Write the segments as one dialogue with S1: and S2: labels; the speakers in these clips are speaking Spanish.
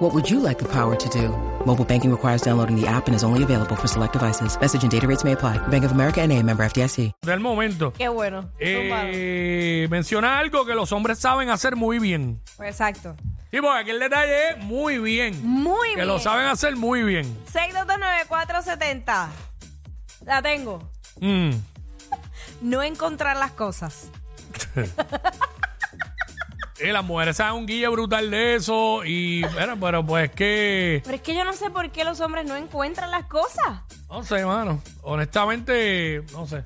S1: What would you like the power to do? Mobile banking requires downloading the app and is only available for select devices. Message and data rates may apply. Bank of America and a member FDIC.
S2: Del momento.
S3: Qué bueno. Zúmbalo.
S2: Eh, menciona algo que los hombres saben hacer muy bien.
S3: Pues Exacto.
S2: Sí, porque aquí el detalle es muy bien.
S3: Muy
S2: que
S3: bien.
S2: lo saben hacer muy bien.
S3: 6229470. La tengo.
S2: Mm.
S3: No encontrar las cosas.
S2: Y las mujeres saben un guille brutal de eso. Y bueno, pero pues que.
S3: Pero es que yo no sé por qué los hombres no encuentran las cosas.
S2: No sé, mano. Honestamente, no sé.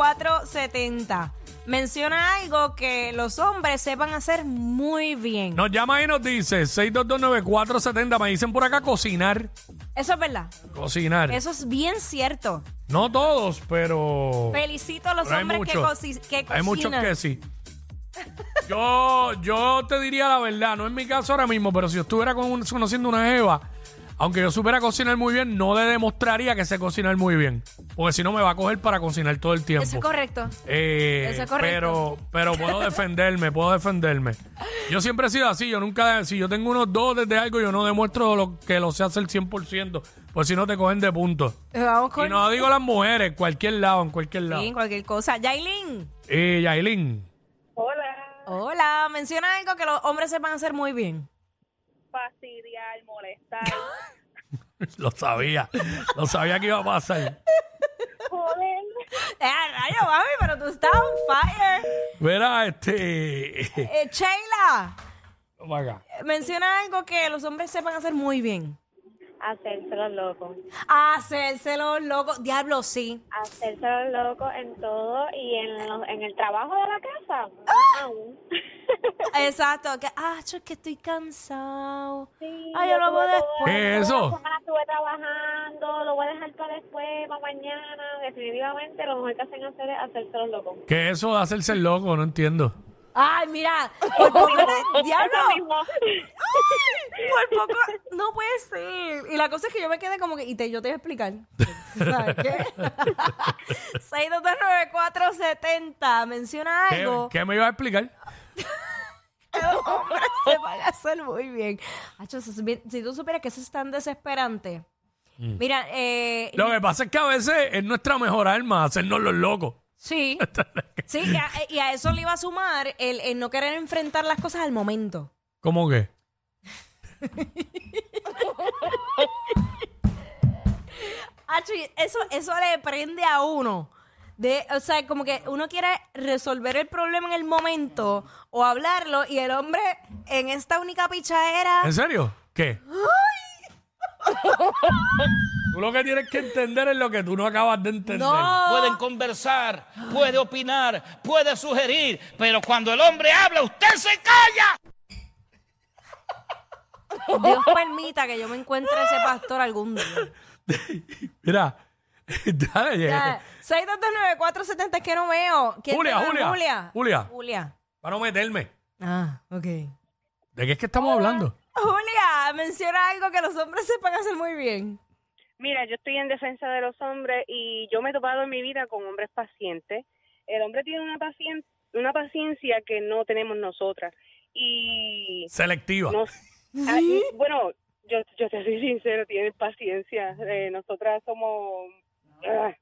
S3: 6229470. Menciona algo que los hombres sepan hacer muy bien.
S2: Nos llama y nos dice 6229470. Me dicen por acá cocinar.
S3: Eso es verdad.
S2: Cocinar.
S3: Eso es bien cierto.
S2: No todos, pero.
S3: Felicito a los
S2: Pero hay
S3: hombres que,
S2: muchos.
S3: coci- que cocinan.
S2: Hay muchos que sí. Yo, yo te diría la verdad, no es mi caso ahora mismo, pero si yo estuviera con un- conociendo una Eva, aunque yo supiera cocinar muy bien, no le demostraría que sé cocinar muy bien. Porque si no me va a coger para cocinar todo el tiempo.
S3: Eso es correcto.
S2: Eh,
S3: Eso es correcto.
S2: Pero, pero puedo defenderme, puedo defenderme. Yo siempre he sido así, yo nunca, si yo tengo unos dotes de algo, yo no demuestro lo que lo sé hacer 100%, pues si no te cogen de puntos.
S3: Eh, Vamos con
S2: Y no digo las mujeres, en cualquier lado, en cualquier lado.
S3: Sí, cualquier cosa. Yailin.
S2: Eh, Yailin.
S4: Hola,
S3: Hola, menciona algo que los hombres sepan hacer muy bien.
S4: fastidiar, molestar,
S2: Lo sabía, lo sabía que iba a pasar.
S4: joder.
S3: Eh, rayo, mami, pero tú estás on fire.
S2: Verá, este.
S3: Eh, Sheila,
S2: Vamos acá.
S3: menciona algo que los hombres sepan hacer muy bien.
S4: Hacerse los locos.
S3: Hacerse los locos. Diablo, sí.
S4: Hacerse los locos en todo y en, lo- en el trabajo de la casa. Aún.
S3: Exacto. Que, ah, yo es que estoy cansado.
S4: Sí,
S3: Ay, yo lo voy
S4: tuve
S3: después.
S2: ¿Qué es
S4: todo- toda
S2: eso?
S4: La semana estuve trabajando, lo voy a dejar para después, para mañana. Definitivamente lo mejor que hacen hacer es hacerse los locos.
S2: ¿Qué es eso de hacerse el loco? No entiendo.
S3: Ay, mira. Por poco te-
S4: Eso
S3: Diablo.
S4: mismo.
S3: Por poco. No puede ser. Y la cosa es que yo me quedé como que. Y te, yo te voy a explicar. ¿Sabes qué? 6229470. Menciona
S2: ¿Qué,
S3: algo.
S2: qué me iba a explicar?
S3: los hombres se van a hacer muy bien. Acho, eso es bien- si tú supieras que eso es tan desesperante. Mira, eh,
S2: Lo que pasa es que a veces es nuestra mejor arma hacernos los locos.
S3: sí, sí, y a, y a eso le iba a sumar el, el no querer enfrentar las cosas al momento.
S2: ¿Cómo que?
S3: Acho, y eso, eso le prende a uno. De, o sea, como que uno quiere resolver el problema en el momento o hablarlo y el hombre en esta única pichadera...
S2: ¿En serio? ¿Qué? Tú lo que tienes que entender es lo que tú no acabas de entender.
S3: No,
S5: pueden conversar, puede opinar, puede sugerir, pero cuando el hombre habla, usted se calla.
S3: Dios permita que yo me encuentre ese pastor algún día.
S2: Mira, dale,
S3: Ya, 6229470 es que no veo. ¿Quién
S2: Julia,
S3: te va?
S2: Julia,
S3: Julia.
S2: Julia.
S3: Julia.
S2: para no meterme.
S3: Ah, ok.
S2: ¿De qué es que estamos hablando?
S3: Julia, menciona algo que los hombres sepan hacer muy bien.
S4: Mira, yo estoy en defensa de los hombres y yo me he topado en mi vida con hombres pacientes. El hombre tiene una, pacien- una paciencia que no tenemos nosotras. Y
S2: Selectiva.
S4: no- ah, y, bueno, yo, yo te soy sincero, tienen paciencia. Eh, nosotras somos... ah.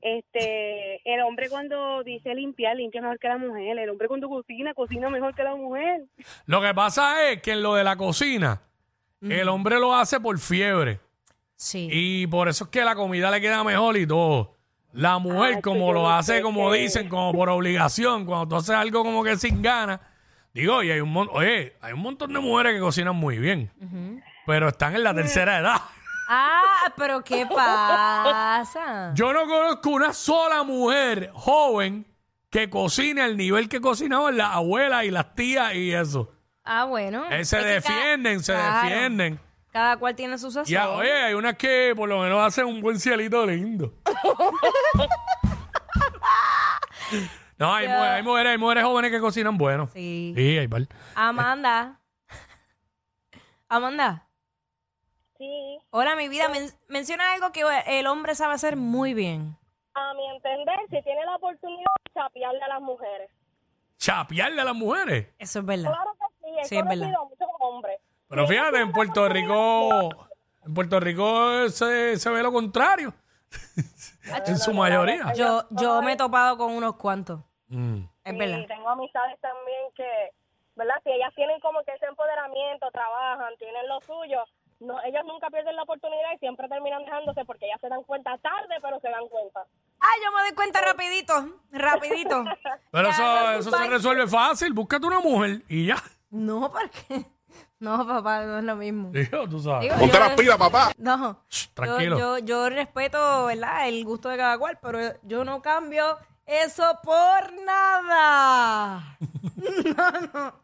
S4: Este, el hombre cuando dice limpiar, limpia mejor que la mujer. El hombre cuando cocina, cocina mejor que la mujer.
S2: Lo que pasa es que en lo de la cocina, el hombre lo hace por fiebre.
S3: Sí.
S2: Y por eso es que la comida le queda mejor y todo. La mujer,
S4: Ah,
S2: como
S4: que yo
S2: lo
S4: no
S2: hace,
S4: sé
S2: como
S4: qué.
S2: dicen, como por obligación, cuando tú haces algo como que sin ganas, digo, y hay un, mon- oye, hay un montón de mujeres que cocinan muy bien, pero están en la
S4: Pues
S2: tercera edad.
S3: Ah, pero ¿qué pasa?
S2: Yo no conozco una sola mujer joven que cocine al nivel que cocinaban las abuelas y las tías y eso.
S3: Ah, bueno.
S2: Eh, se
S3: Es que ca-
S4: Pues
S2: defienden, se
S3: claro.
S2: defienden.
S3: Cada cual tiene su sazón.
S2: Ya, oye, hay unas que por lo menos hacen un buen cielito lindo. no, hay, mu- hay mujeres, hay mujeres jóvenes que cocinan bueno. Sí,
S3: Sí.
S2: hay par.
S3: Amanda. Amanda.
S4: Sí,
S3: Hola, mi vida. men- menciona algo que eh, el hombre sabe hacer muy bien.
S4: a mi entender, si tiene la oportunidad de chapearle a las mujeres.
S2: Chapearle a las mujeres.
S3: Eso es verdad.
S4: Claro que sí, he
S3: Sí, es verdad.
S4: conocido a muchos hombres.
S2: Pero fíjate, en Puerto Rico, en Puerto Rico se, se ve lo contrario. en su mayoría.
S3: Yo, yo me he topado con unos cuantos.
S2: Mm.
S3: Es
S4: Y
S3: verdad.
S4: tengo amistades también que, ¿verdad? Si ellas tienen como que ese empoderamiento, trabajan, tienen lo suyo, no, ellas nunca pierden la oportunidad y siempre terminan dejándose porque ellas se dan cuenta tarde, pero se dan cuenta.
S3: Ah, yo me doy cuenta rapidito. Rapidito.
S2: Pero
S3: Ya,
S2: eso,
S3: ya,
S2: eso se
S3: bye.
S2: resuelve fácil. Búscate una mujer y ya.
S3: No, porque... No, papá, no es lo mismo.
S2: Digo, tú sabes.
S3: Digo,
S6: Ponte
S3: yo-
S6: las pilas, papá.
S3: No.
S2: Shh, tranquilo.
S3: Yo, yo, yo respeto, ¿verdad? El gusto de cada cual, pero yo no cambio eso por nada.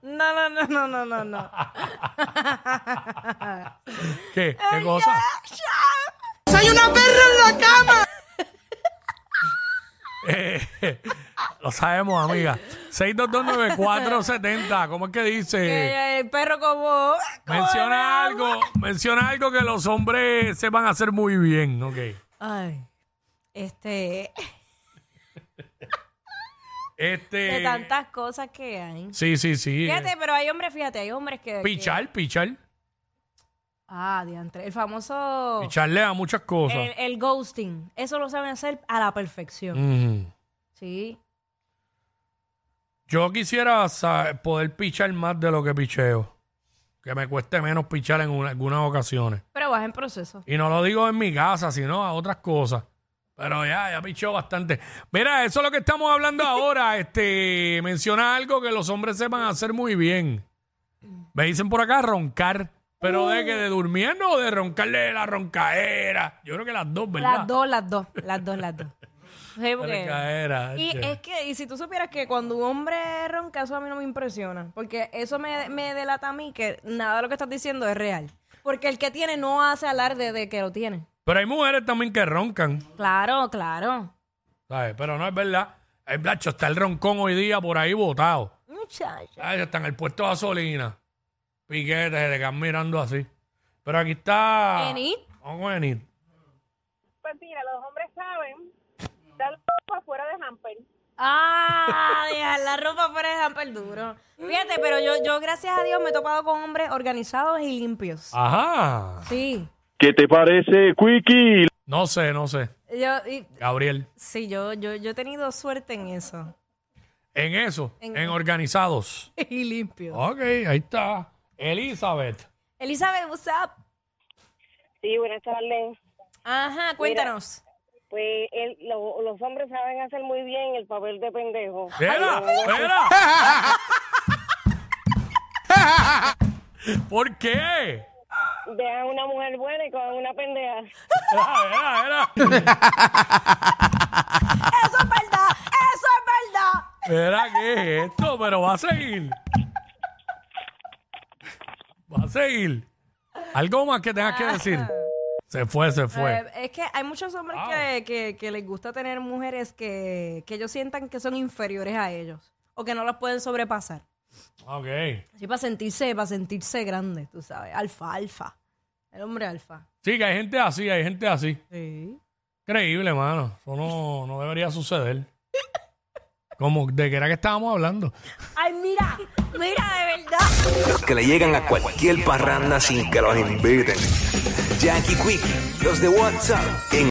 S3: No, no. No, no, no, no, no, no.
S2: ¿Qué? ¿Qué cosa? ¡Soy una perra en la cama! lo sabemos, amiga. 6229470, ¿cómo es que dice?
S3: Que el perro como...
S2: Menciona algo, menciona algo que los hombres sepan hacer muy bien, ok.
S3: Ay. Este...
S2: Este.
S6: Eh.
S3: De tantas cosas que hay.
S2: Sí, sí, sí.
S3: Fíjate, pero hay hombres, fíjate, hay hombres que... que-
S2: Pichar, pichar.
S3: Ah, diantre. El famoso...
S2: Picharle a muchas
S3: El,
S2: cosas.
S3: el ghosting. Eso lo saben hacer a la perfección.
S2: Mm.
S3: Sí.
S2: Yo quisiera sa- poder pichar más de lo que picheo. Que me cueste menos pichar en una- algunas ocasiones.
S3: Pero vas en proceso.
S2: Y no lo digo en mi casa, sino a otras cosas. Pero ya, ya picheo bastante. Mira, eso es lo que estamos hablando ahora. Este, menciona algo que los hombres sepan hacer muy bien. Me dicen por acá roncar. Pero
S3: Uh.
S2: de que de durmiendo o de roncarle de la roncaera. Yo creo que las dos, ¿verdad?
S3: Las dos, las dos, las dos, las dos. Sí,
S2: La
S3: porque-
S2: roncaera, este.
S3: Y
S2: che.
S3: es que, y si tú supieras que cuando un hombre ronca, eso a mí no me impresiona. Porque eso me, me delata a mí que nada de lo que estás diciendo es real. Porque el que tiene no hace alarde de que lo tiene.
S2: Pero hay mujeres también que roncan.
S3: Claro, claro.
S2: ¿sabes? Pero no es verdad. El blacho está el roncón hoy día por ahí botado.
S3: Muchacha.
S2: Ay, Ah, está en el puesto de gasolina. Piquete, se le quedan mirando así. Pero aquí está.
S3: Enid.
S2: Vamos con Enid.
S4: Pues mira, los hombres saben dar ropa fuera de hamper.
S3: Ah, dejar la ropa fuera de hamper duro. Fíjate, pero yo, yo, gracias a Dios, me he topado con hombres organizados y limpios.
S2: Ah. Ajá.
S3: Sí.
S7: ¿Qué te parece, Quickie?
S2: No sé, no sé.
S3: Yo, y-
S2: Gabriel.
S3: sí, yo, yo, yo he tenido suerte en eso.
S2: En eso. En,
S3: En-
S2: organizados.
S3: y limpio.
S2: ok, ahí está. Elizabeth.
S3: Elizabeth, what's up?
S4: Sí, buenas tardes.
S3: Ajá, cuéntanos.
S4: Pues el- lo- los hombres saben hacer muy bien el papel de pendejo.
S2: ¡Vera! ¡Vera! ¿Por qué?
S4: Vean una mujer buena y con una pendeja.
S2: Vera, vera,
S3: ¡Eso es verdad! ¡Eso es verdad!
S2: vera, ¿qué es esto? Pero va a seguir. Va a seguir. Algo más que tengas que decir. Se fue, se fue.
S3: Eh, es que hay muchos hombres que, que- que les gusta tener mujeres que, que ellos sientan que son inferiores a ellos o que no las pueden sobrepasar.
S2: Ok.
S3: Así para sentirse, para sentirse grande, tú sabes. Alfa, alfa. El hombre alfa.
S2: Sí, que hay gente así, hay gente así.
S3: Sí.
S2: Increíble, mano. Eso no, no debería suceder. Como de que era que estábamos hablando.
S3: Ay, mira, mira, de verdad.
S8: Los que le llegan a cualquier parranda sin que los inviten. Jackie Quickie, los de WhatsApp, en